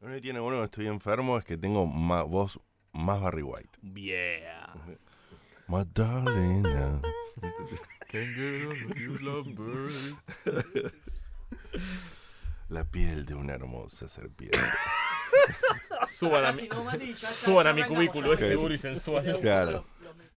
Lo único que tiene bueno que estoy enfermo es que tengo más, voz más Barry White. Yeah. My darling. now. La piel de una hermosa serpiente. Suban a mi, Casi no, Mati, ya- ya- suban ya a mi arrancamos, cubículo, ya es seguro y sensual. Claro.